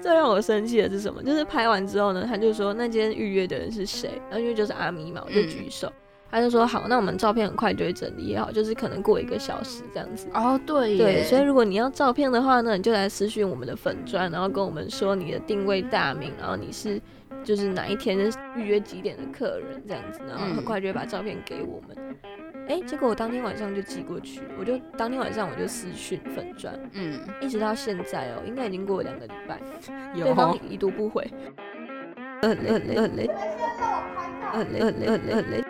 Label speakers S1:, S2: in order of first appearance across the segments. S1: 最让我生气的是什么？就是拍完之后呢，他就说那今天预约的人是谁？然后因为就是阿咪嘛，我就举手。他就说好，那我们照片很快就会整理好，就是可能过一个小时这样子。
S2: 哦，对耶
S1: 对，所以如果你要照片的话呢，你就来私讯我们的粉砖，然后跟我们说你的定位大名，然后你是就是哪一天预约几点的客人这样子，然后很快就会把照片给我们。哎、结果我当天晚上就寄过去，我就当天晚上我就私讯粉砖，
S2: 嗯，
S1: 一直到现在哦，应该已经过了两个礼拜，对
S2: 有
S1: 方已读不回，很累很累很累，很累很累很累很累。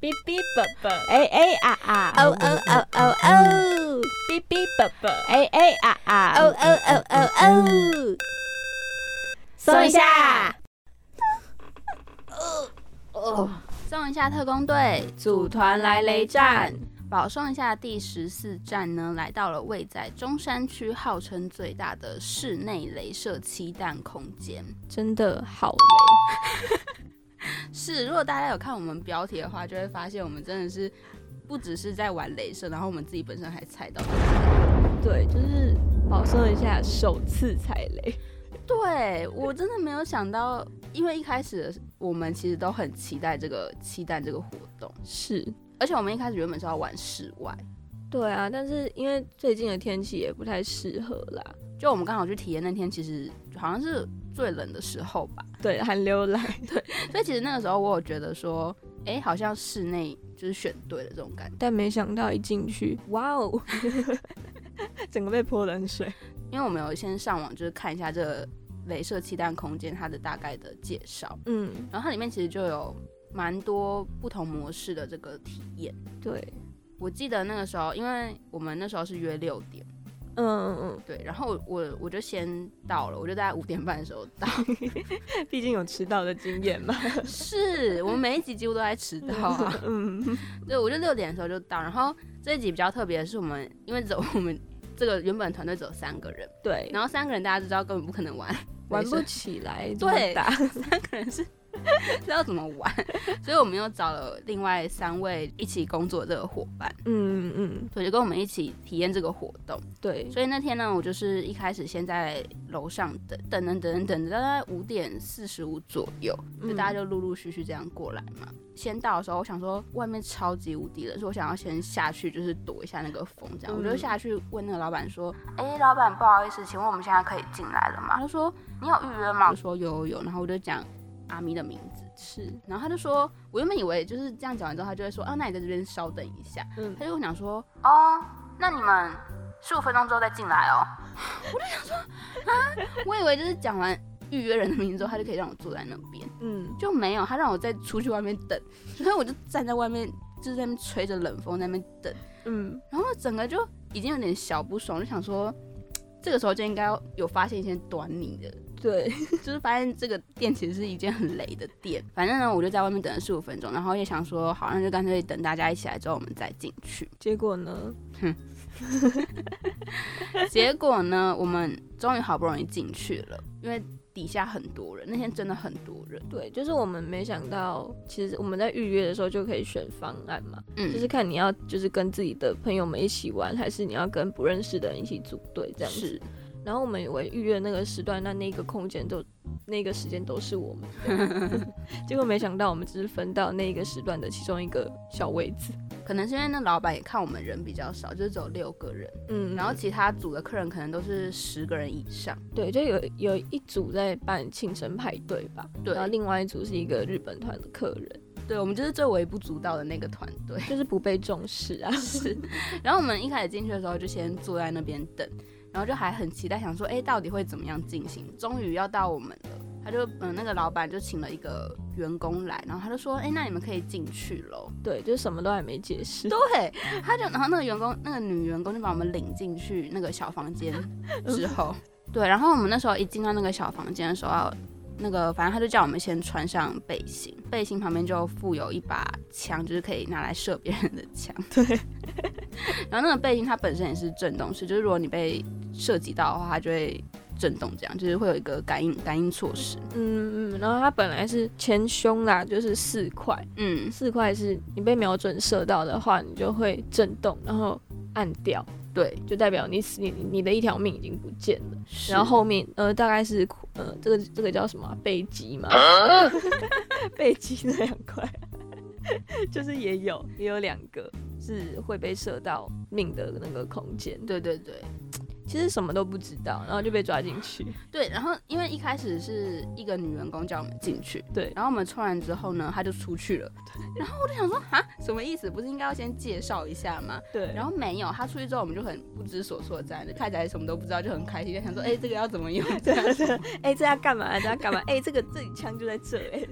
S3: 哔哔啵啵，
S2: 哎哎啊啊，哦哦哦哦哦，
S3: 哔哔啵啵，
S2: 哎哎啊啊，哦哦哦哦哦，松一下，送一下特工队，
S1: 组团来雷战，
S2: 保送一下第十四站呢，来到了位在中山区号称最大的室内镭射漆弹空间。
S1: 真的好累。
S2: 是，如果大家有看我们标题的话，就会发现我们真的是不只是在玩镭射，然后我们自己本身还猜到。
S1: 对，就是保送一下首次踩雷。
S2: 对我真的没有想到，因为一开始我们其实都很期待这个期待这个活动，
S1: 是，
S2: 而且我们一开始原本是要玩室外，
S1: 对啊，但是因为最近的天气也不太适合啦。
S2: 就我们刚好去体验那天，其实好像是最冷的时候吧。
S1: 对，寒流来，
S2: 所以其实那个时候我有觉得说，哎、好像室内就是选对了这种感觉，
S1: 但没想到一进去，哇哦， 整个被泼冷水。
S2: 因为我们有先上网就是看一下这个镭射气弹空间它的大概的介绍，
S1: 嗯，
S2: 然后它里面其实就有蛮多不同模式的这个体验。
S1: 对，
S2: 我记得那个时候，因为我们那时候是约六点，
S1: 嗯嗯
S2: 对，然后我我我就先到了，我就大概五点半的时候到。
S1: 嗯，毕竟有迟到的经验嘛。
S2: 是我们每一集几乎都在迟 到啊，
S1: 嗯，
S2: 对，我就六点的时候就到。然后这一集比较特别的是，我们因为只有我们这个原本团队只有三个人，
S1: 对，
S2: 然后三个人大家都知道根本不可能玩，
S1: 玩
S2: 没
S1: 不
S2: 事
S1: 起来，
S2: 对
S1: 打。
S2: 三个人是知道怎么玩，所以我们又找了另外三位一起工作的这个伙伴，
S1: 嗯嗯，
S2: 所以就跟我们一起体验这个活动。
S1: 对，
S2: 所以那天呢，我就是一开始先在楼上等等等等等，大概五点四十五左右，就
S1: 嗯
S2: 大家就陆陆续续这样过来嘛。先到的时候，我想说外面超级无敌冷，所以我想要先下去，就是躲一下那个风，这
S1: 嗯
S2: 样。我就下去问那个老板说：“哎、老板，不好意思，请问我们现在可以进来了吗？”他就说：“你有预约吗？”我说：“有有有。”然后我就讲阿咪的名字，
S1: 是，
S2: 然后他就说：“我原本以为就是这样讲完之后，他就会说：‘啊，那你在这边稍等一下。’
S1: 嗯，
S2: 他就跟我讲说：‘哦，那你们十五分钟之后再进来哦。’我就想说：‘啊，我以为就是讲完预约人的名字之后，他就可以让我坐在那边。’
S1: 嗯，
S2: 就没有，他让我再出去外面等，所以我就站在外面，就是在那边吹着冷风在那边等，
S1: 嗯，
S2: 然后我整个就已经有点小不爽，就想说，这个时候就应该要有发现一些端倪的，
S1: 对，
S2: 就是发现这个店其实是一间很雷的店。反正呢，我就在外面等了十五分钟，然后也想说，好，那就干脆等大家一起来之后我们再进去。
S1: 结果呢？
S2: 结果呢，我们终于好不容易进去了，因为底下很多人，那天真的很多人，
S1: 对，就是我们没想到，其实我们在预约的时候就可以选方案嘛。
S2: 嗯，
S1: 就是看你要就是跟自己的朋友们一起玩，还是你要跟不认识的人一起组队这样子。
S2: 是
S1: 然后我们以为预约那个时段，那那个空间都那个时间都是我们的， 结果没想到我们只是分到那个时段的其中一个小位置。
S2: 可能是因为那老板也看我们人比较少，就是只有六个人。
S1: 嗯，
S2: 然后其他组的客人可能都是十个人以上，
S1: 对，就有有一组在办庆生派对吧，
S2: 对
S1: 然后另外一组是一个日本团的客人，
S2: 对我们就是最微不足道的那个团队。
S1: 就是不被重视啊。是，
S2: 然后我们一开始进去的时候就先坐在那边等，然后就还很期待，想说，哎，到底会怎么样进行？终于要到我们了，他就嗯，那个老板就请了一个员工来，然后他就说，哎，那你们可以进去喽。
S1: 对，就什么都还没解释。
S2: 对，他就然后那个员工，那个女员工就把我们领进去那个小房间之后，对，然后我们那时候一进到那个小房间的时候啊，那个反正他就叫我们先穿上背心，背心旁边就附有一把枪，就是可以拿来射别人的枪。对。 然后那个背心它本身也是震动式，就是如果你被涉及到的话，它就会震动，这样就是会有一个感应感应措施。
S1: 嗯嗯，然后他本来是前胸啦，就是四块，
S2: 嗯，
S1: 四块是你被瞄准射到的话，你就会震动，然后按掉。
S2: 对，
S1: 就代表你死你你的一条命已经不见了。
S2: 是
S1: 然后后面呃大概是呃这个这个叫什么啊背脊嘛， 背脊那两块，就是也有也有两个是会被射到命的那个空间，
S2: 对对对
S1: 其实什么都不知道，然后就被抓进去。
S2: 对，然后因为一开始是一个女员工叫我们进去，
S1: 对，
S2: 然后我们抽完之后呢，她就出去了，然后我就想说啊，什么意思？不是应该要先介绍一下吗？
S1: 对，然
S2: 然
S1: 后
S2: 后没有，她出去之后我们就很不知所措，在那看起来什么都不知道，就很开心，就想说，哎、这个要怎么用？ 对
S1: 哎、这要干嘛？这要干嘛？哎、这个这里枪就在这哎、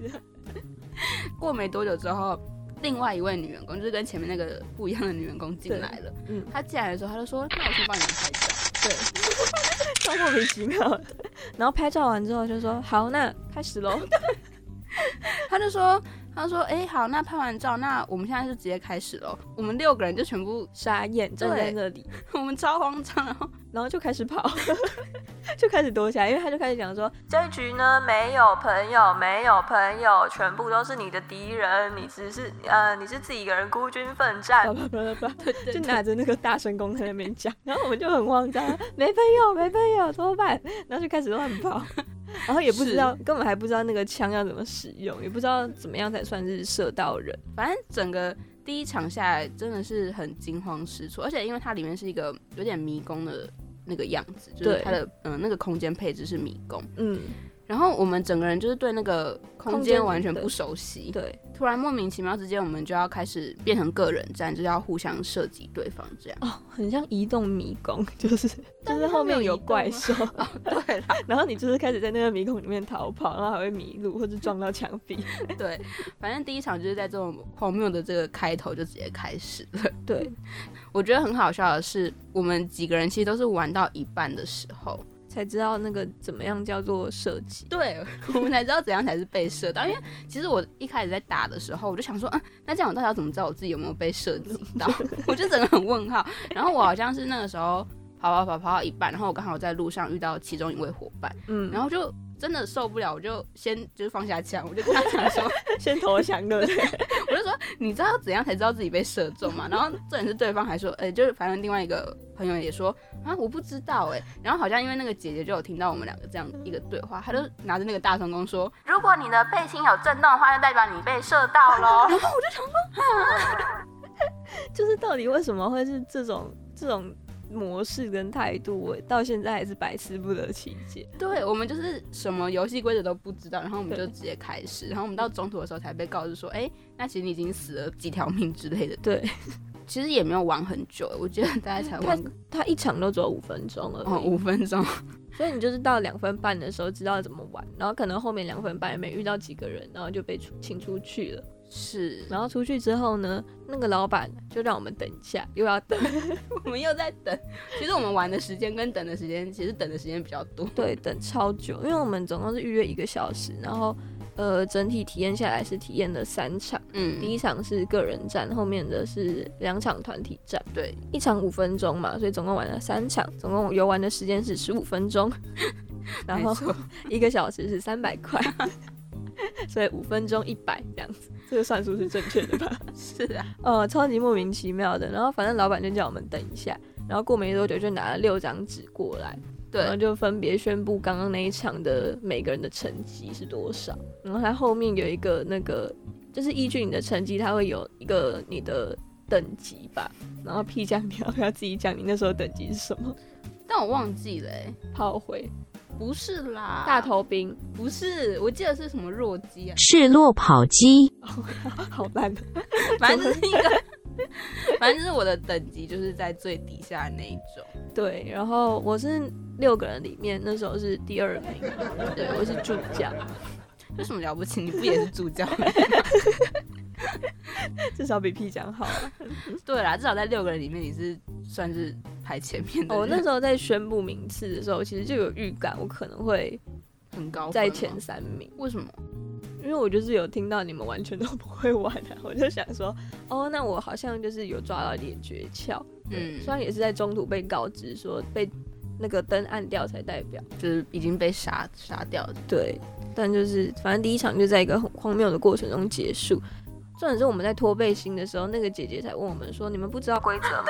S2: 过没多久之后，另外一位女员工就是跟前面那个不一样的女员工进来了。
S1: 嗯
S2: 她进来的时候，她就说：“那我去帮你们拍照。
S1: 对， 超莫名其妙的。然后拍照完之后就说好，那开始喽。”
S2: 她就说：“她就说，哎、好，那拍完照，那我们现在就直接开始喽。我们六个人就全部，
S1: 傻眼站在那里，
S2: 我们超慌张，然后
S1: 然后就开始跑， 就开始躲起来，因为他就开始讲说这一局呢没有朋友，没有朋友，全部都是你的敌人，你只是呃你是自己一个人孤军奋战，叭叭叭叭叭 就拿着那个大声公在那边讲，然后我们就很慌张，没朋友，没朋友，怎么办？然后就开始乱跑。然后也不知道，根本还不知道那个枪要怎么使用，也不知道怎么样才算是射到人。
S2: 反正整个第一场下来真的是很惊慌失措，而且因为它里面是一个有点迷宫的那个样子，就是
S1: 对
S2: 它的嗯、那个空间配置是迷宫。
S1: 嗯，
S2: 然后我们整个人就是对那个空
S1: 空
S2: 间
S1: 间
S2: 完全
S1: 对
S2: 不熟悉，
S1: 对，
S2: 突然莫名其妙之间，我们就要开始变成个人战，就是要互相射击对方 这样。
S1: 哦，很像移动迷宫，就是就
S2: 但
S1: 是
S2: 是它
S1: 后
S2: 没有
S1: 面有
S2: 移动
S1: 怪
S2: 啊
S1: 兽，
S2: 对啦，
S1: 然后你就是开始在那个迷宫里面逃跑，然后还会迷路或者撞到墙壁。
S2: 对，反正第一场就是在这种荒谬的这个开头就直接开始了。
S1: 对，
S2: 我觉得很好笑的是，我们几个人其实都是玩到一半的时候，
S1: 才知道那个怎么样叫做射击。
S2: 对我们才知道怎样才是被射到。因为其实我一开始在打的时候，我就想说，嗯，那这样我到底要怎么知道我自己有没有被射击到？ 我就整个很问号。然后我好像是那个时候跑跑跑跑到一半，然后我刚好在路上遇到其中一位伙伴。
S1: 嗯，
S2: 然后就真的受不了，我就先就是放下枪，我就跟他讲说，
S1: 先投降 的，
S2: 我就说你知道怎样才知道自己被射中嘛？然后重点是对方还说，哎、就是反正另外一个朋友也说啊，我不知道哎、然后好像因为那个姐姐就有听到我们两个这样一个对话，她就拿着那个大声公说，如果你的背心有震动的话，就代表你被射到喽。
S1: 就是到底为什么会是这种这种模式跟态度，我到现在还是百思不得其解。
S2: 对，我们就是什么游戏规则都不知道，然后我们就直接开始，然后我们到中途的时候才被告知说，哎、那其实你已经死了几条命之类的。
S1: 对
S2: 其实也没有玩很久，我觉得大概才玩个
S1: 他一场都只有五分钟而
S2: 哦，
S1: 已，
S2: 五分钟，
S1: 所以你就是到两分半的时候知道怎么玩，然后可能后面两分半也没遇到几个人，然后就被出请出去了。
S2: 是，
S1: 然后出去之后呢，那个老板就让我们等一下，又要等，
S2: 我们又在等。其实我们玩的时间跟等的时间，其实等的时间比较多。
S1: 对，等超久，因为我们总共是预约一个小时，然后呃，整体体验下来是体验了三场，第
S2: 嗯，
S1: 一场是个人战，后面的是两场团体战，
S2: 对，
S1: 一场五分钟嘛，所以总共玩了三场，总共游玩的时间是十五分钟， 然后
S2: 没错
S1: 一个小时是三百块， 所以五分钟一百这样子，这个算术是正确的吧？
S2: 是啊，
S1: 呃，超级莫名其妙的。然后反正老板就叫我们等一下，然后过没多久就拿了六张纸过来，然后
S2: 对，
S1: 就分别宣布刚刚那一场的每个人的成绩是多少。然后它后面有一个那个，就是依据你的成绩，它会有一个你的等级吧。然后 P 酱你要不要自己讲你那时候等级是什么？
S2: 但我忘记了、欸，
S1: 炮灰、
S2: 不是啦，
S1: 大头兵，
S2: 不是，我记得是什么弱 鸡啊，
S4: 是落跑鸡。
S1: 好烂的。
S2: 反正就是一个， 反正就是我的等级就是在最底下的那一种。
S1: 对，然后我是六个人里面那时候是第二名，对我是助教，
S2: 有什么了不起？你不也是助教吗？
S1: 至少比 P 酱好。
S2: 对啦，至少在六个人里面你是算是排前面的人，
S1: 我哦那时候在宣布名次的时候，其实就有预感我可能会
S2: 很高分
S1: 在
S2: 吗
S1: 前，三名，
S2: 为什么？
S1: 因为我就是有听到你们完全都不会玩啊，我就想说，哦，那我好像就是有抓到一点诀窍。嗯，
S2: 嗯
S1: 虽然也是在中途被告知说被那个灯按掉才代表，
S2: 就是已经被杀杀掉了。
S1: 对，但就是反正第一场就在一个很荒谬的过程中结束。重点是我们在脱背心的时候，那个姐姐才问我们说：“你们不知道规则吗？”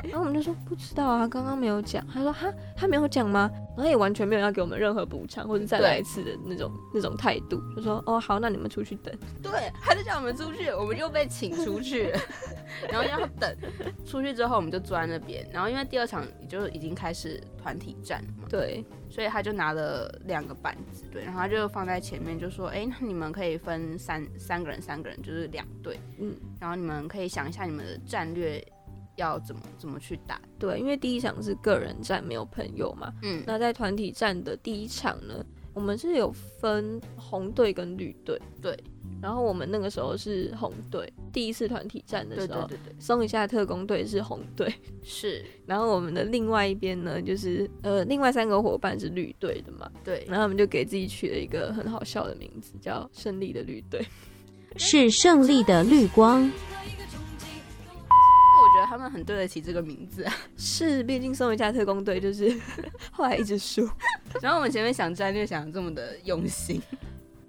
S1: 对。然后我们就说不知道啊，刚刚没有讲。她说：“哈，她没有讲吗？”然后也完全没有要给我们任何补偿或者再来一次的那种那种态度，就说：“哦，好，那你们出去等。
S2: 对，他就叫我们出去，我们就被请出 去了，然后要等。出去之后，我们就坐在那边。然后因为第二场就已经开始团体战了嘛”，
S1: 对，
S2: 所以他就拿了两个板子，对，然后他就放在前面，就说：“哎、那你们可以分三三个人，三个人就是两队，
S1: 嗯，
S2: 然后你们可以想一下你们的战略要怎么怎么去打，
S1: 对，因为第一场是个人战，没有朋友嘛。
S2: 嗯，
S1: 那在团体战的第一场呢，我们是有分红队跟绿队，
S2: 对。
S1: 然后我们那个时候是红队，第一次团体战的
S2: 对
S1: 时候
S2: 对，对对，
S1: 松一下特工队是红队，
S2: 是，
S1: 然后我们的另外一边呢，就是呃，另外三个伙伴是绿队的嘛，
S2: 对，
S1: 然后他们就给自己取了一个很好笑的名字，叫“胜利的绿队
S4: 是胜利的绿光。
S2: 我觉得他们很对得起这个名字、 啊。”。
S1: 是，毕竟松一下特工队就是 后来一直输，
S2: 然后我们前面想战略想的这么的用心，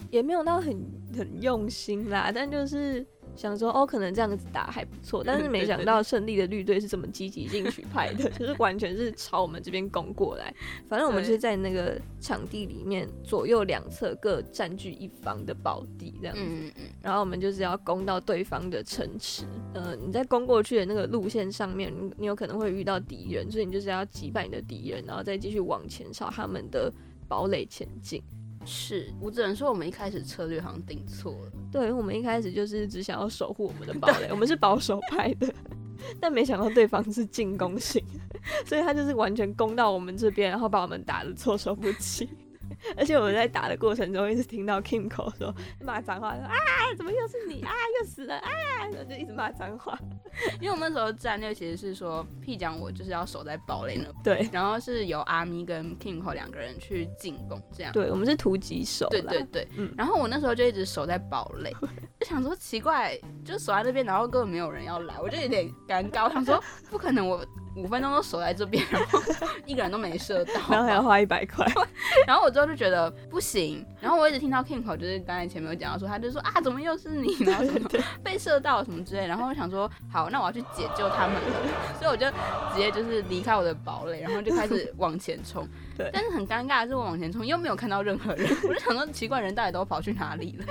S1: 也没有到很很用心啦，但就是想说哦，可能这样子打还不错，但是没想到胜利的绿队是这么积极进取派的，就是完全是朝我们这边攻过来。反正我们
S2: 对
S1: 就是在那个场地里面左右两侧各占据一方的宝地这样子。
S2: 嗯嗯
S1: 然后我们就是要攻到对方的城池。呃，你在攻过去的那个路线上面，你你有可能会遇到敌人，所以你就是要击败你的敌人，然后再继续往前朝他们的堡垒前进。
S2: 嗯，是我只能说我们一开始策略好像定错了，
S1: 对，我们一开始就是只想要守护我们的堡垒，我们是保守派的， 但没想到对方是进攻型， 所以他就是完全攻到我们这边，然后把我们打得措手不及。 而且我们在打的过程中，一直听到 Kimco 说骂脏话，说啊，怎么又是你啊，又死了啊，然后就一直骂脏话。
S2: 因为我们那时候战略其实是说，屁讲我就是要守在堡垒那
S1: 对
S2: 然后是由阿咪跟 Kingo 两个人去进攻，这样。
S1: 对，我们是突击手啦。
S2: 对对对
S1: 嗯
S2: 然后我那时候就一直守在堡垒，就想说奇怪，就守在那边，然后根本没有人要来，我就有点尴尬。我想说，不可能，我五分钟都守在这边，然后一个人都没射到。
S1: 然后还要花一百块。。
S2: 然后我之后就觉得不行，然后我一直听到 Kingo 就是刚才前面有讲到说，他就说啊，怎么又是你， 然后什么被射到什么之类，然后我想说好，那我要去解救他们 了，所以我就直接就是离开我的堡垒，然后就开始往前冲
S1: 对
S2: 但是很尴尬的是，我往前冲又没有看到任何人， 我就想说奇怪，人到底都跑去哪里了？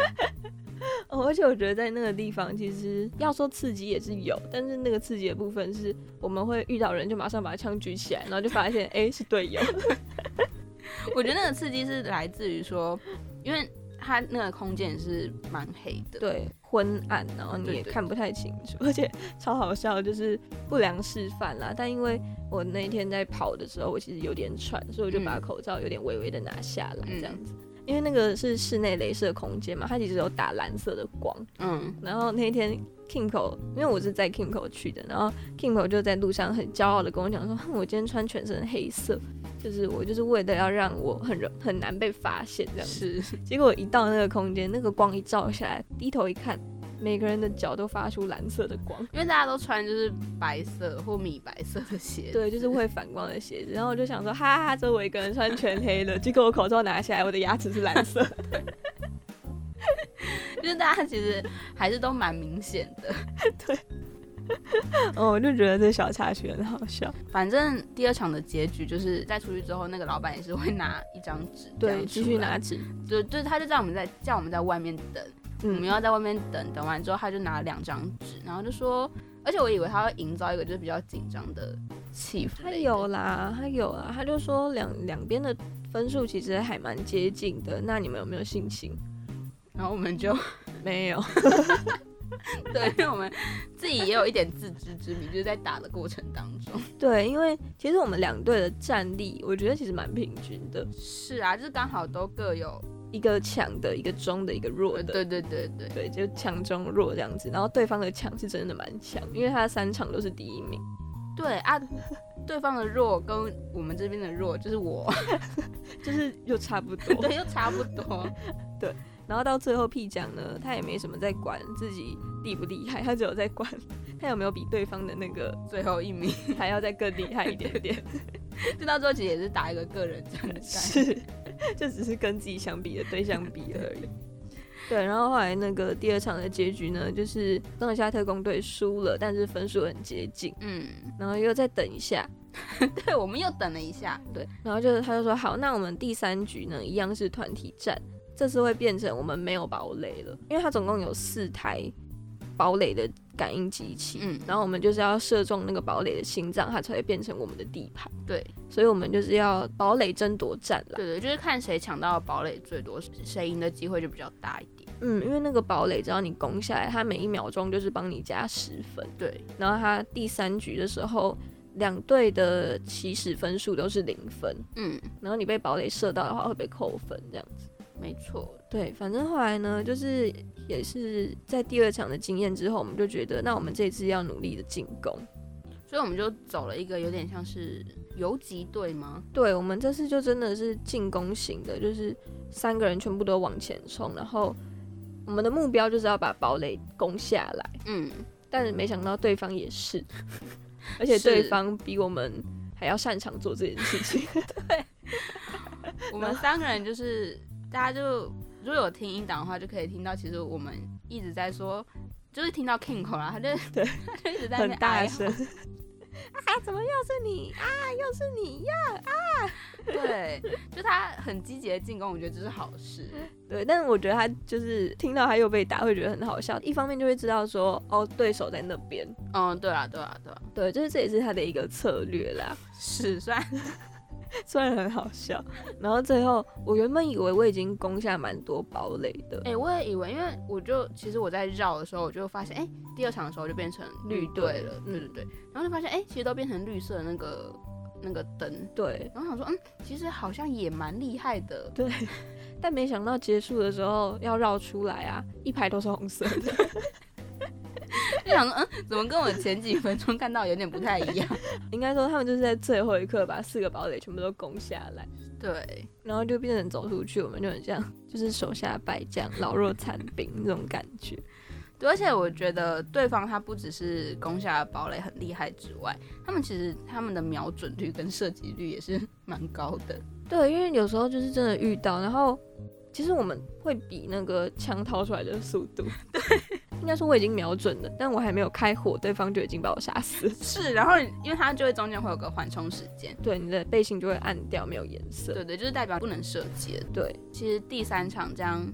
S1: 哦，而且我觉得在那个地方，其实要说刺激也是有，但是那个刺激的部分是我们会遇到人就马上把枪举起来，然后就发现哎是队友。
S2: 我觉得那个刺激是来自于说，因为它那个空间也是蛮黑的，
S1: 对，昏暗，然后你
S2: 对
S1: 也
S2: 对
S1: 看不太清楚，而且超好笑，就是不良示范啦。但因为我那天在跑的时候，我其实有点喘，所以我就把
S2: 嗯
S1: 口罩有点微微的拿下来，
S2: 嗯
S1: 这样子。因为那个是室内镭射空间嘛，它其实有打蓝色的光，
S2: 嗯，
S1: 然后那天 Kimco，因为我是在 Kimco 去的，然后 Kimco 就在路上很骄傲的跟我讲说， 哼我今天穿全身黑色，就是我就是为了要让我很容很难被发现这样子。
S2: 是
S1: 结果一到那个空间，那个光一照下来，低头一看，每个人的脚都发出蓝色的光，
S2: 因为大家都穿就是白色或米白色的鞋子，
S1: 对，就是会反光的鞋子。然后我就想说，哈哈哈，只有我一个人穿全黑的，结 果我口罩拿下来，我的牙齿是蓝色。
S2: 就是大家其实还是都蛮明显的。
S1: 哦，我就觉得这小插曲很好笑。
S2: 反正第二场的结局就是在出去之后，那个老板也是会拿一张纸，
S1: 对，继续拿，纸，
S2: 就就他就叫我们在叫我们在外面等，我们
S1: 嗯，
S2: 要在外面等，等完之后他就拿了两张纸，然后就说，而且我以为他会营造一个就是比较紧张的气氛，
S1: 他有啦，他有啊，他就说两两边的分数其实还蛮接近的，那你们有没有信心？
S2: 然后我们就
S1: 没有，
S2: 对，因为我们自己也有一点自知之明，就是在打的过程当中。
S1: 对，因为其实我们两队的战力，我觉得其实蛮平均的，
S2: 是啊，就是刚好都各有，
S1: 一个强的，一个中的，一个弱的，
S2: 对对对对，
S1: 对，就强中弱这样子。然后对方的强是真的蛮强，因为他三场都是第一名。
S2: 对啊，对方的弱跟我们这边的弱就是我，
S1: 就是又差不多，
S2: 对，又差不多。
S1: 然后到最后 P 奖呢，他也没什么在管自己厉不厉害，他只有在管 他有没有比对方的那个
S2: 最后一名，
S1: 还要再更厉害一点点。
S2: 就到最后其实也是 打一个个人战的概念。
S1: 是，就只是跟自己相比的对象比而已。对，然后后来那个第二场的结局呢，就是东南亚特工队输了，但是分数很接近，
S2: 嗯，
S1: 然后又再等一下，
S2: 对，我们又等了一下，
S1: 对，然后就是他就说好，那我们第三局呢一样是团体战，这次会变成我们没有堡垒了，因为它总共有四台堡垒的感应机器，
S2: 嗯
S1: 然后我们就是要射中那个堡垒的心脏，它才会变成我们的地盘，
S2: 对
S1: 所以我们就是要堡垒争夺战啦。
S2: 对对，就是看谁抢到堡垒最多，谁赢的机会就比较大一点。
S1: 嗯，因为那个堡垒只要你攻下来，它每一秒钟就是帮你加十分，
S2: 对，
S1: 然后它第三局的时候。两队的起始分数都是零分，
S2: 嗯，
S1: 然后你被堡垒射到的话会被扣分，这样。
S2: 没错，
S1: 对，反正后来呢，就是也是在第二场的经验之后，我们就觉得，那我们这一次要努力的进攻。
S2: 所以我们就走了一个有点像是游击队吗？
S1: 对我们这次就真的是进攻型的，就是三个人全部都往前冲，然后我们的目标就是要把堡垒攻下来。
S2: 嗯，
S1: 但是没想到对方也是，而且对
S2: 是
S1: 方比我们还要擅长做这件事 情。
S2: 我们三个人就是大家就如果有听音档的话，就可以听到其实我们一直在说，就是听到 Kingo 啦，他就
S1: 对
S2: 他就一直在那
S1: 很
S2: 边
S1: 大
S2: 哀
S1: 声。哎 啊！怎么又是你啊？又是你呀、
S2: 对，就他很积极的进攻，我觉得这是好事。
S1: 对，但是我觉得他就是听到他又被打，会觉得很好笑。一方面就会知道说，哦，对手在那边。
S2: 嗯，对啊，对啊，对啊，
S1: 对，就是这也是他的一个策略啦，
S2: 是，虽然
S1: 虽然很好笑。然后最后，我原本以为我已经攻下蛮多堡垒的，
S2: 哎、我也以为，因为我就其实我在绕的时候，我就发现，哎、第二场的时候就变成绿队了，
S1: 绿
S2: 对
S1: 队
S2: 对对，然后就发现，哎、其实都变成绿色的那个那个灯，
S1: 对
S2: 然后想说，嗯，其实好像也蛮厉害的，
S1: 对。但没想到结束的时候要绕出来啊，一排都是红色的，
S2: 就想说，嗯，怎么跟我前几分钟看到有点不太一样？
S1: 应该说他们就是在最后一刻把四个堡垒全部都攻下来，
S2: 对，
S1: 然后就变成走出去，我们就很像就是手下败将、老弱残兵那种感觉。
S2: 对，而且我觉得对方他不只是攻下的堡垒很厉害之外，他们其实他们的瞄准率跟射击率也是蛮高的。
S1: 对，因为有时候就是真的遇到，然后其实我们会比那个枪掏出来的速 度，对，应该说我已经瞄准了，但我还没有开火，对方就已经把我杀死了。
S2: 是，然后因为它就会中间会有个缓冲时间，
S1: 对，你的背心就会暗掉，没有颜色。
S2: 对对，就是代表不能射击了。
S1: 对，
S2: 其实第三场这样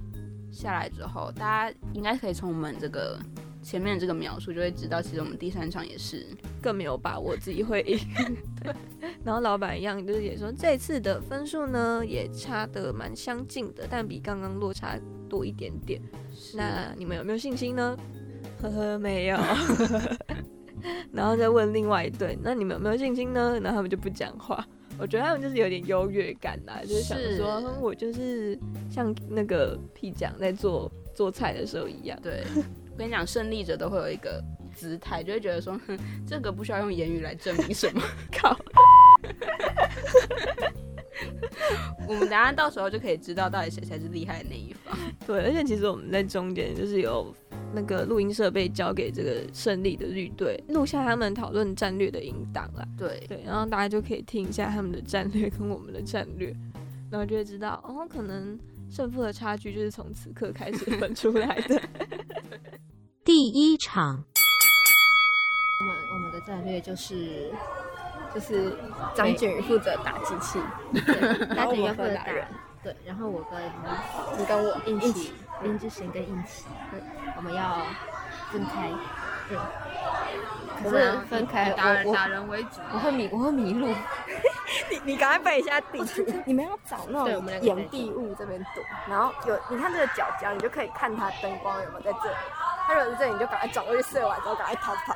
S2: 下来之后，大家应该可以从我们这个前面的这个描述就会知道，其实我们第三场也是
S1: 更没有把握自己会赢。 对，然后老板一样就是也说，这次的分数呢也差的蛮相近的，但比刚刚落差多一点点。那你们有没有信心呢？呵呵，没有。 然后再问另外一对，那你们有没有信心呢？然后他们就不讲话。我觉得他们就是有点优越感啦，就是想
S2: 是
S1: 说，嗯我就是像那个屁酱在做做菜的时候一样。
S2: 对。我跟你讲，胜利者都会有一个姿态，就会觉得说，哼，这个不需要用言语来证明什 么。
S1: 靠，
S2: 我们等下到时候就可以知道到底谁才是厉害的那一方。
S1: 对，而且其实我们在中间就是有那个录音设备交给这个胜利的绿队，录下他们讨论战略的音档啦。
S2: 对，
S1: 对，然后大家就可以听一下他们的战略跟我们的战略，然后就会知道，哦，可能胜负的差距就是从此刻开始分出来的。
S4: 第一场，
S5: 我们我们的战略就是就是张景负责打机器，
S6: 然后我们
S5: 负责
S6: 会打人，
S5: 对，然后我跟
S6: 你跟我
S5: 应
S6: 一
S5: 起
S6: 起，
S5: 林志贤跟应起，对，我们要分开，对，
S6: 我们要分开
S2: 打人
S6: 我我
S2: 打人为主。
S5: 我会迷我会迷路，
S6: 你赶快背一下地图，你们要找那
S5: 对我们两
S6: 种
S5: 个在
S6: 掩蔽物这边躲，然后有你看这个角角，你就可以看它灯光有没有在这里。它如果在这里，你就赶快转过去射完之后赶快逃跑。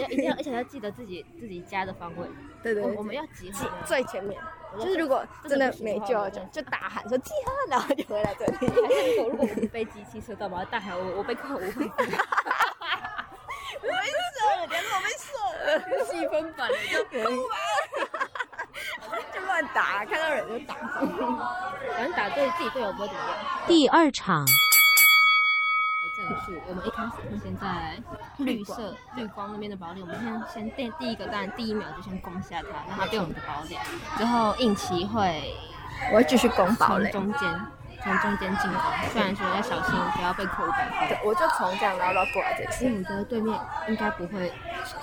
S5: 要一定要而且要记得自己自己家的方位，
S6: 对对
S5: 我
S6: 对，
S5: 我们要集
S6: 记
S5: 合，啊
S6: 最前面，
S5: 我
S6: 就是如果真的没救了，
S5: 真
S6: 就
S5: 的不行的话
S6: 就大喊说集合，然后就回来这里。
S5: 还是如果如果我们被机器射到嘛，我要大喊我我被扣五分，
S6: 细分版就可以， 就乱打，看到人就打。
S5: 反正打对自己队友不会怎么样。
S4: 第二场，
S5: 战术，我们一开始先在绿色绿光那边的堡垒，我们先先第第一个，当然第一秒就先攻下它，让它变我们的堡垒。之后应奇会
S6: 我要继续攻
S5: 从中间从中间进攻，虽然说要小心不要被扣分。
S6: 对，我就从这样绕到过来这
S5: 所以
S6: 里。
S5: 你觉得对面应该不会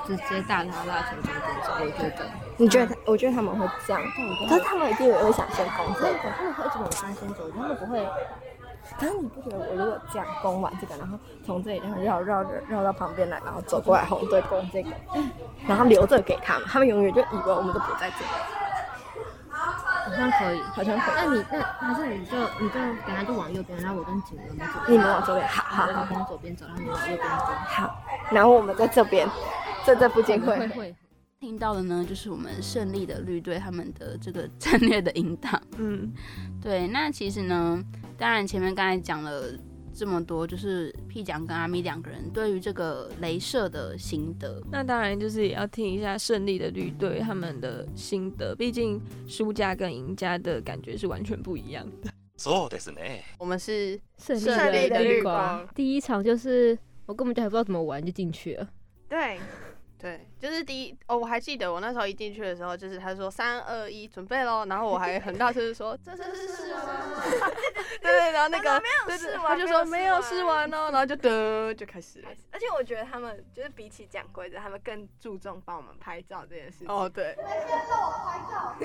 S5: 直接大拉拉从中间走，我觉得。
S6: 你觉得他？我觉得他们会这样，可是他们一定也会想先攻这个。
S5: 他们会一直往上先走，他们不会。
S6: 可是你不觉得我如果这样攻完这个，然后从这里然后绕绕绕绕到旁边来，然后走过来红队攻这个，然后留着给他们，他们永远就以为我们都不在这里，
S5: 好像可以。
S6: 好像可
S5: 那你那还是你就你就等下就往右边，然后我跟景文我们左
S6: 以。你
S5: 边
S6: 们往这边，好好
S5: 我
S6: 好
S5: 们往左边走，然后你往右边走。
S6: 好，然后我们在这边，在这附近
S5: 会
S6: 会
S5: 会，
S2: 听到的呢，就是我们胜利的绿队他们的这个战略的引导。
S1: 嗯，
S2: 对，那其实呢，当然前面刚才讲了这么多，就是屁蒋跟阿咪两个人对于这个镭射的心得。
S1: 那当然就是也要听一下胜利的绿队他们的心得，毕竟输家跟赢家的感觉是完全不一样的。
S7: そうですね。
S8: 我们是
S3: 胜利
S8: 胜利
S6: 的
S3: 的
S6: 绿
S3: 绿
S6: 光
S3: 光。第一场就是我根本就还不知道怎么玩就进去了，
S8: 对对，就是第一哦，我还记得我那时候一进去的时候，就是他说三二一准备喽，然后我还很大声地说这是试玩， 对对，然后那个对对，
S6: 试
S8: 他
S6: 完
S8: 就
S6: 没
S8: 说
S6: 有
S8: 没
S6: 试
S8: 有
S6: 完
S8: 试完哦，然后就噔就开始了。
S6: 而且我觉得他们就是比起讲规则，他们更注重帮我们拍照这件事情。
S8: 哦，对，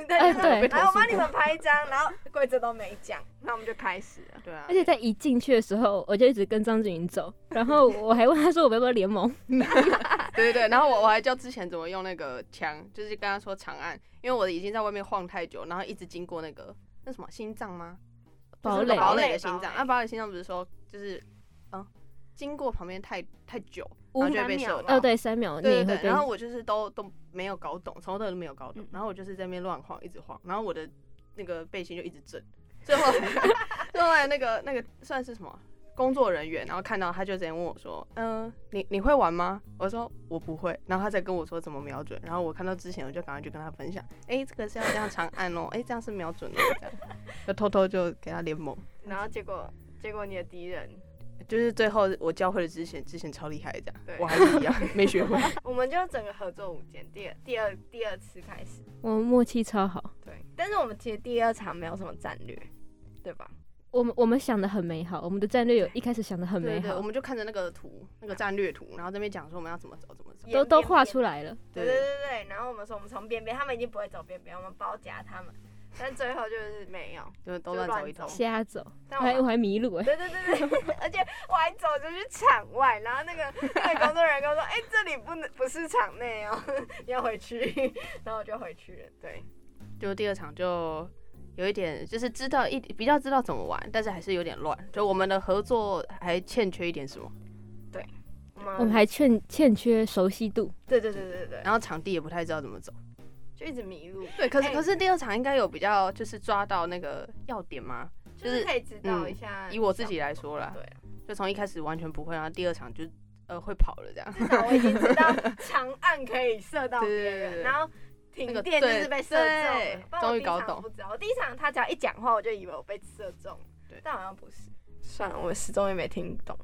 S6: 对
S3: 哎
S6: 就是
S3: 对
S6: 来我帮你们拍一张，然后规则都没讲，那我们就开始了。
S8: 对啊
S3: 而，且在一进去的时候，我就一直跟张俊云走，然后我还问他说我们要不要联 盟，
S8: 对对对，然后我我还教之前怎么用那个枪，就是跟他说长按，因为我已经在外面晃太久，然后一直经过那个那什么心脏吗？
S3: 堡
S8: 就是那
S3: 垒
S8: 个堡垒
S6: 堡垒
S8: 的心脏。啊那堡垒心脏不是说就是嗯，经过旁边太太久，
S6: 无
S8: 然后就
S6: 难
S8: 会被
S6: 秒
S8: 射
S6: 嘛
S8: 到。
S3: 哦对，三秒内
S8: 对
S3: 会
S8: 对对，
S3: 被
S8: 然后我就是都都没有搞懂，从头到尾都没有搞懂
S6: 嗯，
S8: 然后我就是在那边乱晃，一直晃，然后我的那个背心就一直震，最后 最后来那个那个算是什么工作人员，然后看到他就直接问我说，嗯、你你会玩吗？我说我不会，然后他再跟我说怎么瞄准，然后我看到之前我就赶快去跟他分享，哎、这个是要这样长按哦，哎、这样是瞄准哦，这样就 偷偷就给他联盟，
S6: 然后结果结果你的敌人，
S8: 就是最后我教会了之前，之前超厉害这样
S6: 对，
S8: 我还是一样没 学会。
S6: 我们就整个合作五间，第二第二第二次开始。
S3: 我们默契超好，
S6: 对，但是我们其实第二场没有什么战略，对吧？
S3: 我们我们想的很美好，我们的战略有一开始想的很
S8: 对
S3: 美
S8: 对，我
S3: 好，
S8: 们就看着那个图，那个战略图，然后这边讲说我们要怎么走，怎么走。嗯
S3: 都都画
S6: 来。
S3: 出来了，
S6: 对对对对，然后我们说我们从边边，他们已经不会走边边，我们包夹他们，但最后就是没有。
S8: 就是都
S6: 就
S8: 乱
S6: 乱
S8: 走一
S6: 走
S8: 通。
S3: 瞎走，
S6: 但
S3: 我
S6: 我
S3: 还
S6: 们
S3: 我还迷路哎，
S6: 对对对对，而且我还走出去场外，然后那个那个工作人员跟我说：“哎、这里不能不是场内哦，要回去。”然后我就回去了。对，
S8: 就第二场就有一点，就是知道一比较知道怎么玩，但是还是有点乱。就我们的合作还欠缺一点什么，
S6: 我
S3: 我
S8: 啊
S3: 们还欠欠缺熟悉度，
S6: 对对对对对，
S8: 然后场地也不太知道怎么走。
S6: 就一直迷路，
S8: 对，可是、
S6: 哎
S8: 可是第二场应该有比较就是抓到那个要点嘛。
S6: 就
S8: 就是嗯
S6: 是可以指导一下、
S8: 以我自己，来说啦，
S6: 对
S8: 就从一开始完全不会，然后第二场就呃会跑了这样。
S6: 至少我已经知道长按可以射到别人，
S8: 对对对对
S6: 然后。停
S8: 那个
S6: 电就是被射中
S8: 对
S6: 了，不然我
S8: 终于
S6: 第一场
S8: 搞懂
S6: 不知道，我第一场他只要一讲话，我就以为我被射中了，
S8: 对
S6: 但好像不是。算了，我始终也没听懂。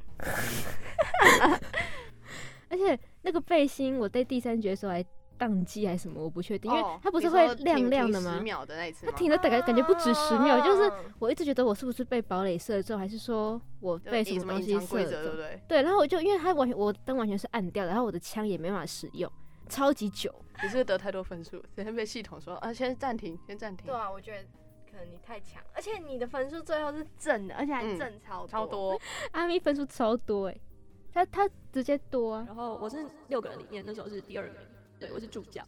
S3: 而且那个背心我在第三局的时候还宕机还是什么，我不确定，因为
S8: 哦
S3: 它不
S8: 你
S3: 是
S8: 说
S3: 会亮
S8: 停
S3: 亮
S8: 停
S3: 的
S8: 十
S3: 吗？
S8: 秒的那一次
S3: 它
S8: 吗？哦
S3: 停了大概感觉不止十秒，就是
S6: 嗯
S3: 我一直觉得我是不是被堡垒射中，还是说我
S8: 就
S3: 被
S8: 以
S3: 什
S8: 什
S3: 么
S8: 么
S3: 东
S8: 隐
S3: 西
S8: 藏规
S3: 射
S8: 则，对
S3: 中？
S8: 不对？
S3: 对，然后我就因为它完全我的灯完全是暗掉的，然后我的枪也没办法使用，超级久。
S8: 你是不是得太多分数，直接被系统说啊，先暂停，先暂停。
S6: 对啊，我觉得可能你太强，而且你的分数最后是正的，而且还
S8: 嗯
S6: 正超多。
S8: 超多，
S3: 阿咪分数超多哎、他他直接多啊，
S1: 然后我是六个人里面，那时候是第二名，对我是助教。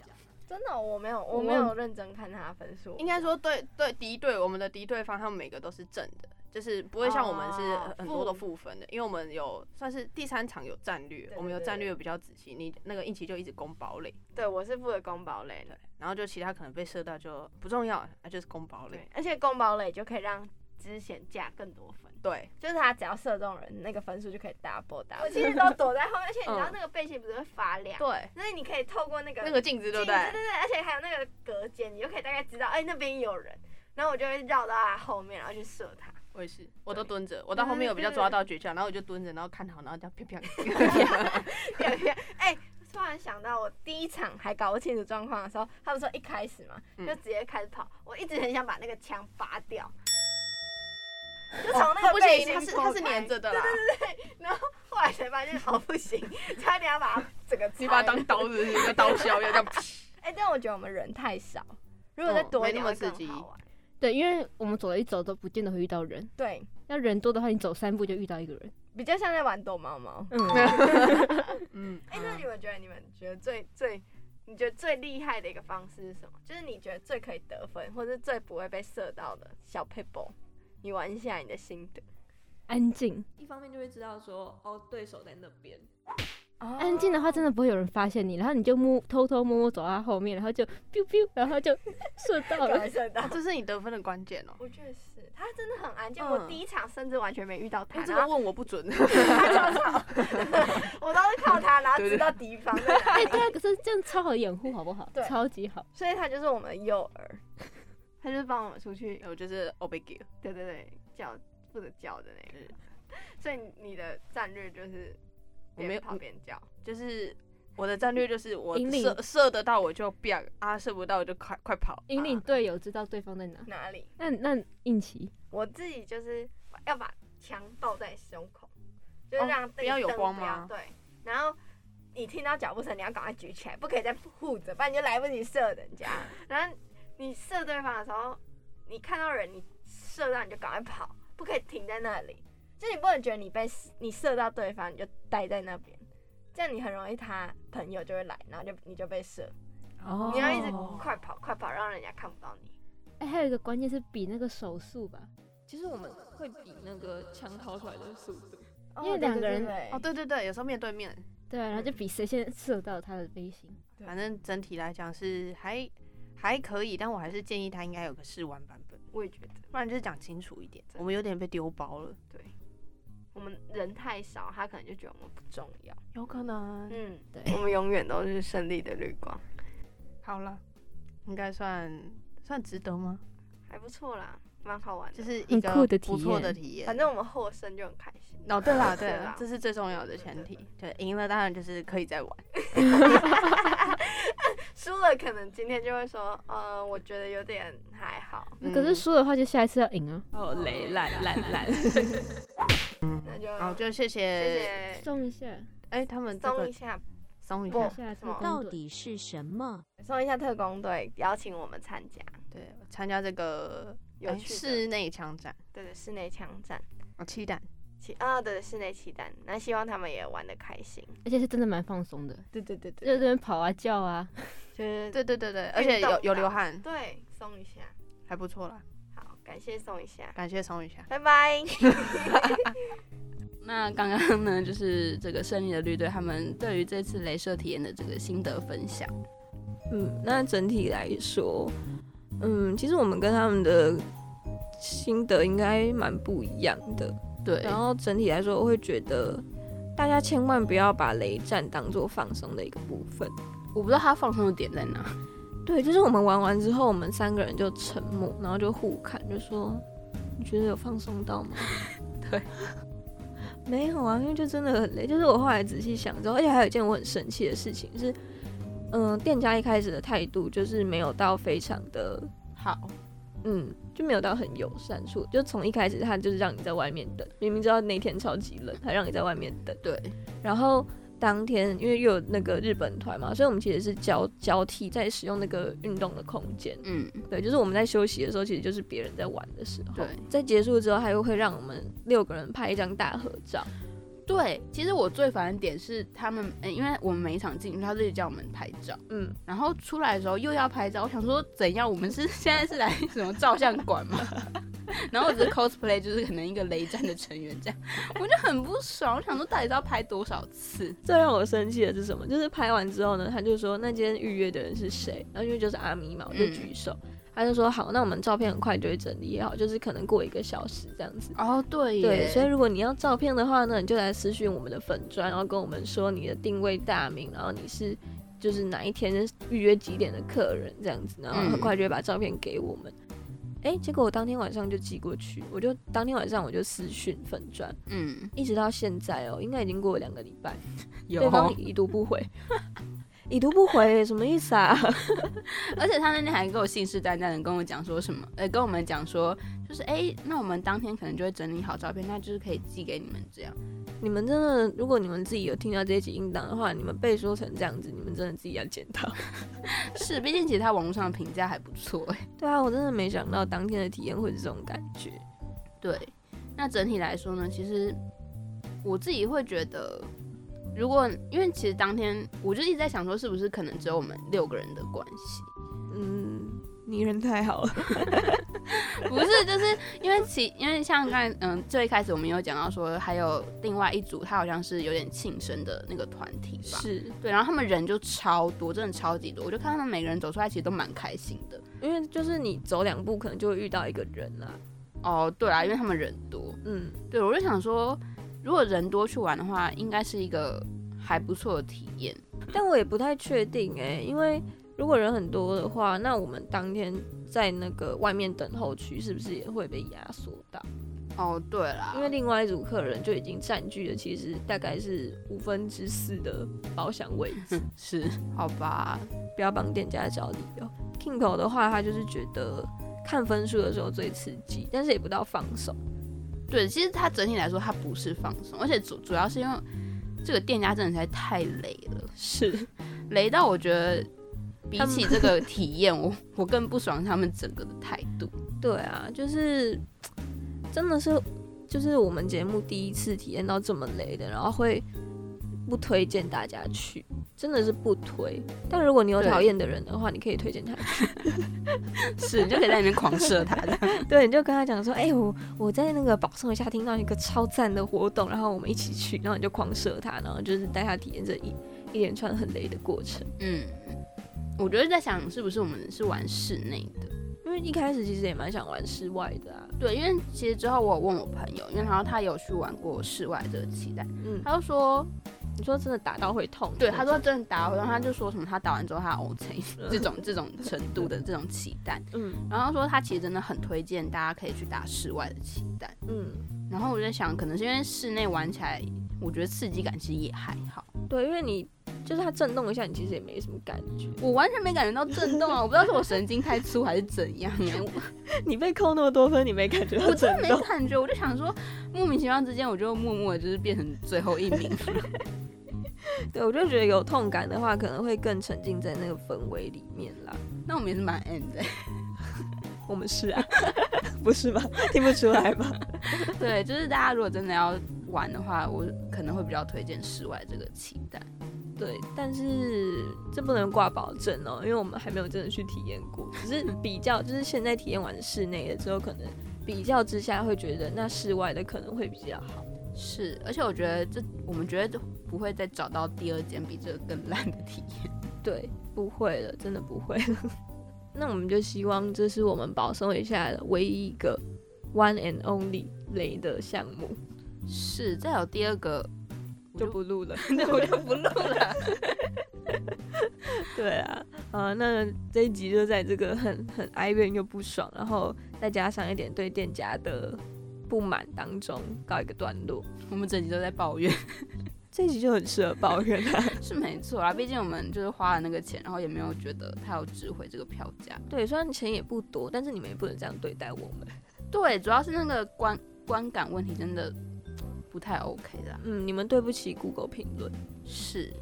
S6: 真的，哦我没有，我
S3: 我
S6: 没有认真看他的分数。
S8: 应该说对对敌对，我们的敌对方他们每个都是正的，就是不会像我们是
S6: 哦
S8: 很多的啊负分的，因为我们有算是第三场有战略，
S6: 对
S8: 我们有
S6: 对
S8: 战略
S6: 对
S8: 比较仔细，你那个应奇就一直攻堡垒，
S6: 对我是负责攻堡垒
S8: 对
S6: 的，，
S8: 然后就其他可能被射到就不重要，那就是攻堡
S6: 对
S8: 垒，，
S6: 而且攻堡垒就可以让之前加更多分。
S8: 对
S6: 就是他只要射中人，那个分数就可以 double double。我其实都躲在后面，而且你知道
S8: 嗯
S6: 那个背心不是会发亮，
S8: 对，
S6: 所以你可以透过那个
S8: 那个镜
S6: 镜
S8: 子对
S6: 子
S8: 不
S6: 对
S8: 对？
S6: 对，而且还有那个隔间，你就可以大概知道，哎、那边有人，然后我就会绕到他后面，然后去射他。
S8: 我也是，我都蹲着，我到后面有比较抓到诀窍，然后我就蹲着，然后看好，然后这样啪啪，
S6: 对对， 哎、突然想到，我第一场还搞不清楚状况的时候，他们说一开始嘛，
S8: 嗯
S6: 就直接开始跑，我一直很想把那个枪拔掉。
S8: 就从那
S2: 它
S8: 个
S6: 哦
S2: 不
S8: 背
S2: 行
S8: 心它是
S2: 脱
S8: 它是
S2: 开
S8: 粘着的啦，
S6: 然后后来才发现哦不 行，差点要把它整个
S8: 你把它
S6: 拆
S8: 当刀子，你当刀削一样这样。
S6: 哎、但我觉得我们人太少，如果再
S8: 嗯
S6: 多一
S8: 没
S6: 点
S8: 那么
S6: 会更
S8: 刺激
S6: 好玩。
S3: 对，因为我们走了一走都不见得会遇到人，
S6: 对，
S3: 要人多的话，你走三步就遇到一个人。
S6: 比较像在玩躲猫猫。
S8: 嗯，
S6: 哎、那你们觉得你们觉得最最，你觉得最厉害的一个方式是什么？就是你觉得最可以得分，或是最不会被射到的小 p a p e 你玩一下你的心得。
S3: 安静，
S1: 一方面就会知道说，哦，对手在那边，
S8: 哦哎
S3: 安静的话真的不会有人发现你，然后你就摸偷偷摸摸走到他后面，然后就 biu biu，然后就射到
S6: 给
S3: 了
S6: 人。射到。
S8: 这是你得分的关键哦。
S6: 我觉得是，他真的很安静。
S8: 嗯
S6: 我第一场甚至完全没遇到他，
S8: 他这
S6: 然
S8: 个
S6: 后
S8: 问我不准，
S6: 我都是靠他，然后
S8: 对
S6: 知
S8: 对
S6: 道敌方在哪
S3: 哎，
S6: 里。
S3: 对啊，可是这样超好掩护，好不好
S6: 对？
S3: 超级好。
S6: 所以他就是我们的诱饵，他就是帮我们出去
S8: 我就是欧贝给。
S6: 对对对，叫负责叫的那个人。所以你的战略就是
S8: 我没有
S6: 边跑边叫，
S8: 就是我的战略就是我
S3: 引领
S8: 射射得到我就 biang 啊，射不到我就快快跑。
S3: 引领队友知道对方在哪。
S6: 哪里？
S3: 那那应奇，
S6: 我自己就是要把枪抱在胸口，就是
S8: 哦
S6: 让、
S8: 不要有光吗
S6: 对，然后。你听到脚步声，你要赶快举起来，不可以再护着，不然你就来不及射人 家。然后你射对方的时候，你看到人，你射到你就赶快跑，不可以停在那里。就你不能觉得你被你射到对方，你就待在那边，这样你很容易他朋友就会来，然后就你就被射。
S3: 哦
S6: 你要一直快跑快跑，让人家看不到你。
S3: 哎，还有一个关键是比那个手速吧，
S1: 其实我们会比那个枪掏出来的速度。
S3: 因为两个人
S8: 哦，对对对，有时候面对面，
S3: 对啊，然后就比谁先射到他的飞行。
S6: 对
S8: 反正整体来讲是还还可以，但我还是建议他应该有个试玩版本，
S6: 我也觉得
S8: 不然就是讲清楚一点。我们有点被丢包了，
S6: 我们人太少，他可能就觉得我们不重 要。
S8: 有可能。
S6: 嗯，
S3: 对
S6: 我们永远都是胜利的绿光，
S8: 好了，应该算算值得吗？
S6: 还不错啦，蛮好玩的。
S8: 就是一
S3: 很
S8: 个
S3: 酷的体
S8: 不错的
S3: 验
S8: 体验。
S6: 反正我们获胜就很开心。
S8: 哦，对 啦，对
S6: 对
S8: 啦
S6: 啦，
S8: 这是最重要的前提。对，赢了当然就是可以再玩。
S6: 输了可能今天就会说，呃，我觉得有点还好，
S8: 嗯
S3: 可是输的话，就下一次要赢啊。
S1: 哦，雷烂 烂烂，
S6: 嗯那就
S8: 好，就谢
S6: 谢
S8: 谢，
S6: 谢，
S3: 送一下，
S8: 哎，他们这
S6: 松
S8: 个
S6: 一下，
S8: 松一
S6: 不
S8: 下，
S3: 下次
S6: 什么
S4: 到底是什么？
S6: 松一下特工队邀请我们参加，
S8: 对，参加这个
S6: 有
S8: 哎
S6: 趣的
S8: 室内枪战，
S6: 对对，室内枪战，
S8: 哦，七弹，
S6: 期啊，对对，室内期待，那希望他们也玩的开心。
S3: 而且是真的蛮放松的，
S6: 对对对
S3: 就，在这边跑啊叫啊，
S6: 就是
S8: 对对对对，而且
S6: 运动
S8: 有有
S6: 嗯到
S8: 流汗，
S6: 对，松一下。
S8: 还不错啦，
S6: 好，感谢松一下，
S8: 感谢松一下。
S6: 拜拜。
S2: 那刚刚呢，就是这个胜利的绿队他们对于这次镭射体验的这个心得分享。
S1: 嗯，那整体来说，嗯，其实我们跟他们的心得应该蛮不一样的。
S2: 对，
S1: 然后整体来说，我会觉得大家千万不要把雷战当做放松的一个部分。
S2: 我不知道他放松的点在哪。
S1: 对，就是我们玩完之后，我们三个人就沉默，然后就互看，就说：“你觉得有放松到吗？”
S2: 对，
S1: 没有啊，因为就真的很累。就是我后来仔细想之后，而且还有一件我很生气的事情是，嗯、店家一开始的态度就是没有到非常的，
S2: 好，
S1: 嗯，就没有到很友善处，就从一开始他就是让你在外面等，明明知道那天超级冷，还让你在外面等。
S2: 对，
S1: 然后当天因为又有那个日本团嘛，所以我们其实是交交替在使用那个运动的空间。
S2: 嗯，
S1: 对，就是我们在休息的时候，其实就是别人在玩的时候。
S2: 对
S1: 在结束之后，他又会让我们六个人拍一张大合照。
S2: 对。其实我最烦的点是他们，呃因为我们每一场进去，他就叫我们拍照，
S1: 嗯，
S2: 然后出来的时候又要拍照。我想说，怎样？我们是现在是来什么照相馆吗？ 然后我只是 cosplay，就是可能一个雷战的成员这样，我就很不爽。我想说，到底是要拍多少次？
S1: 最让我生气的是什么？就是拍完之后呢，他就说那今天预约的人是谁？然后因为就是阿咪嘛，我就
S2: 嗯
S1: 举手。他就说好，那我们照片很快就会整理好，就是可能过一个小时这样子。
S2: 哦，对
S1: 对，所以
S2: 以
S1: 如果你要照片的话呢，你就来私讯我们的粉砖，然后跟我们说你的定位大名，然后你是就是哪一天预约几点的客人这样子，然后很快就会把照片给我们。哎、结果我当天晚上就寄过去，我就当天晚上我就私讯粉砖，
S2: 嗯，
S1: 一直到现在哦，应该已经过了两个礼拜，
S2: 有
S1: 对方已读不回。 已读不回什么意思啊？
S2: 而且他那天还跟我信誓旦旦的跟我讲说什么，呃，跟我们讲说，就是哎、那我们当天可能就会整理好照片，那就是可以寄给你们这样。
S1: 你们真的，如果你们自己有听到这一集音档的话，你们被说成这样子，你们真的自己要检讨。
S2: 是，毕竟其实他网络上的评价还不错哎、
S1: 对啊，我真的没想到当天的体验会是这种感觉。嗯
S2: 对，那整体来说呢，其实我自己会觉得，如果因为其实当天我就一直在想说，是不是可能只有我们六个人的关系。
S1: 嗯，你人太好 了。
S2: 不是，就是因为其因为像刚才嗯，最一开始我们有讲到说，还有另外一组，他好像是有点庆生的那个团体吧，
S1: 是
S2: 对，然后他们人就超多，真的超级多，我就看他们每个人走出来，其实都蛮开心的。
S1: 因为就是你走两步可能就会遇到一个人啦。
S2: 哦，对啦，因为他们人多，
S1: 嗯，
S2: 对我就想说，如果人多去玩的话，应该是一个还不错的体验。
S1: 但我也不太确定哎、因为如果人很多的话，那我们当天在那个外面等候区是不是也会被压缩到？
S2: 哦，对啦，
S1: 因为另外一组客人就已经占据了其实大概是五分之四的包厢位置。
S2: 是好吧，
S1: 不要帮店家找理由。Kingo 的话，他就是觉得看分数的时候最刺激，但是也不到放手。
S2: 对，其实它整体来说它不是放松，而且主主要是因为这个店家真的实在太累了。
S1: 是，
S2: 雷到我觉得比
S1: 他们
S2: 起这个体验，我我更不爽他们整个的态 度。
S1: 对啊，就是真的是就是我们节目第一次体验到这么雷的，然后会不推荐大家去，真的是不推。但如果你有
S2: 对
S1: 讨厌的人的话，你可以推荐他去，
S2: 是，你就可以在里面狂射 他的。
S1: 对，你就跟他讲 说，哎、我我在那个保送一下听到一个超赞的活动，然后我们一起去，然后你就狂射他，然后就是带他体验这一一连串很雷的过程。
S2: 嗯，我觉得在想是不是我们是玩室内的。
S1: 因为一开始其实也蛮想玩室外的啊，
S2: 对，因为其实之后我有问我朋友，因为然后他有去玩过室外的期待，
S1: 嗯，
S2: 他就说，
S1: 你说真的打到会痛，
S2: 对，嗯他说，真的打，然后他就说什么他打完之后他 OK 这种这种程度的这种期 待，
S1: 嗯
S2: 然后说他其实真的很推荐大家可以去打室外的期待。
S1: 嗯，
S2: 然后我就在想，可能是因为室内玩起来，我觉得刺激感其实也还好。
S1: 对，因为你就是它震动一下，你其实也没什么感觉，
S2: 我完全没感觉到震动啊！我不知道是我神经太粗嗯 还是怎样哎、我
S1: 你被扣那么多分，你没感觉
S2: 我真的没，感觉，我就想说，莫名其妙之间，我就默默的就是变成最后一名 了。
S1: 对，我就觉得有痛感的话，可能会更沉浸在那个氛围里面啦。
S2: 那我们也是蛮 end 的、
S1: 我们是啊， 不是吧？听不出来吧？
S2: 对，就是大家如果真的要玩的话，我可能会比较推荐室外这个期待。
S1: 对，但是这不能挂保证哦，因为我们还没有真的去体验过，只是比较，就是现在体验完室内的之后，可能比较之下会觉得那室外的可能会比较好。
S2: 是，而且我觉得这我们觉得不会再找到第二间比这个更烂的体验。
S1: 对，不会了，真的不会了。 那我们就希望这是我们保送一下的唯一一个 one and only 雷的项目，
S2: 是，再有第二个 我就
S1: 不录了。
S2: 对，我就不录了。
S1: 对啊，啊，那这一集就在这个很很哀怨又不爽，然后再加上一点对店家的不满当中告一个段落。
S2: 我们整集都在抱怨，
S1: 这一集就很适合抱怨啊。
S2: 是没错啦。毕竟我们就是花了那个钱，然后也没有觉得他有值回这个票价。
S1: 对，虽然钱也不多，但是你们也不能这样对待我们。
S2: 对，主要是那个观观感问题真的不太 OK 啦。
S1: 嗯，你们对不起 Google 评论。
S2: 是，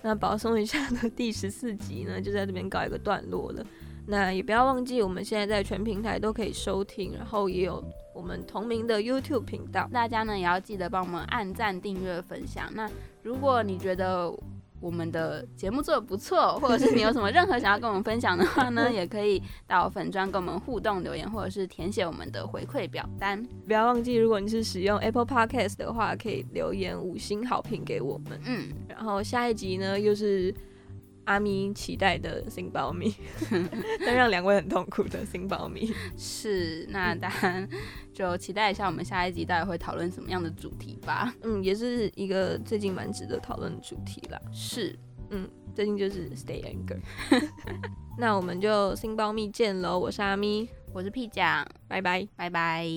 S1: 那保送一下的 第十四集呢，就在这边告一个段落了。那也不要忘记，我们现在在全平台都可以收听，然后也有我们同名的 YouTube 频道。
S2: 大家呢也要记得帮我们按赞、订阅、分享。那如果你觉得我们的节目做的不错，或者是你有什么任何想要跟我们分享的 话呢，也可以到粉专跟我们互动留言，或者是填写我们的回馈表单。
S1: 不要忘记，如果你是使用 Apple Podcast 的话，可以留言五星好评给我们。
S2: 嗯，
S1: 然后下一集呢，又是阿咪期待的新苞米， 但让两位很痛苦的新苞米。
S2: 是，那大家就期待一下我们下一集到底会讨论什么样的主题吧。
S1: 嗯，也是一个最近蛮值得讨论的主题啦。
S2: 是，
S1: 嗯，最近就是 stay anger。那我们就新包蜜见喽，我是阿咪，
S2: 我是 P 酱，
S1: 拜拜。
S2: 拜拜。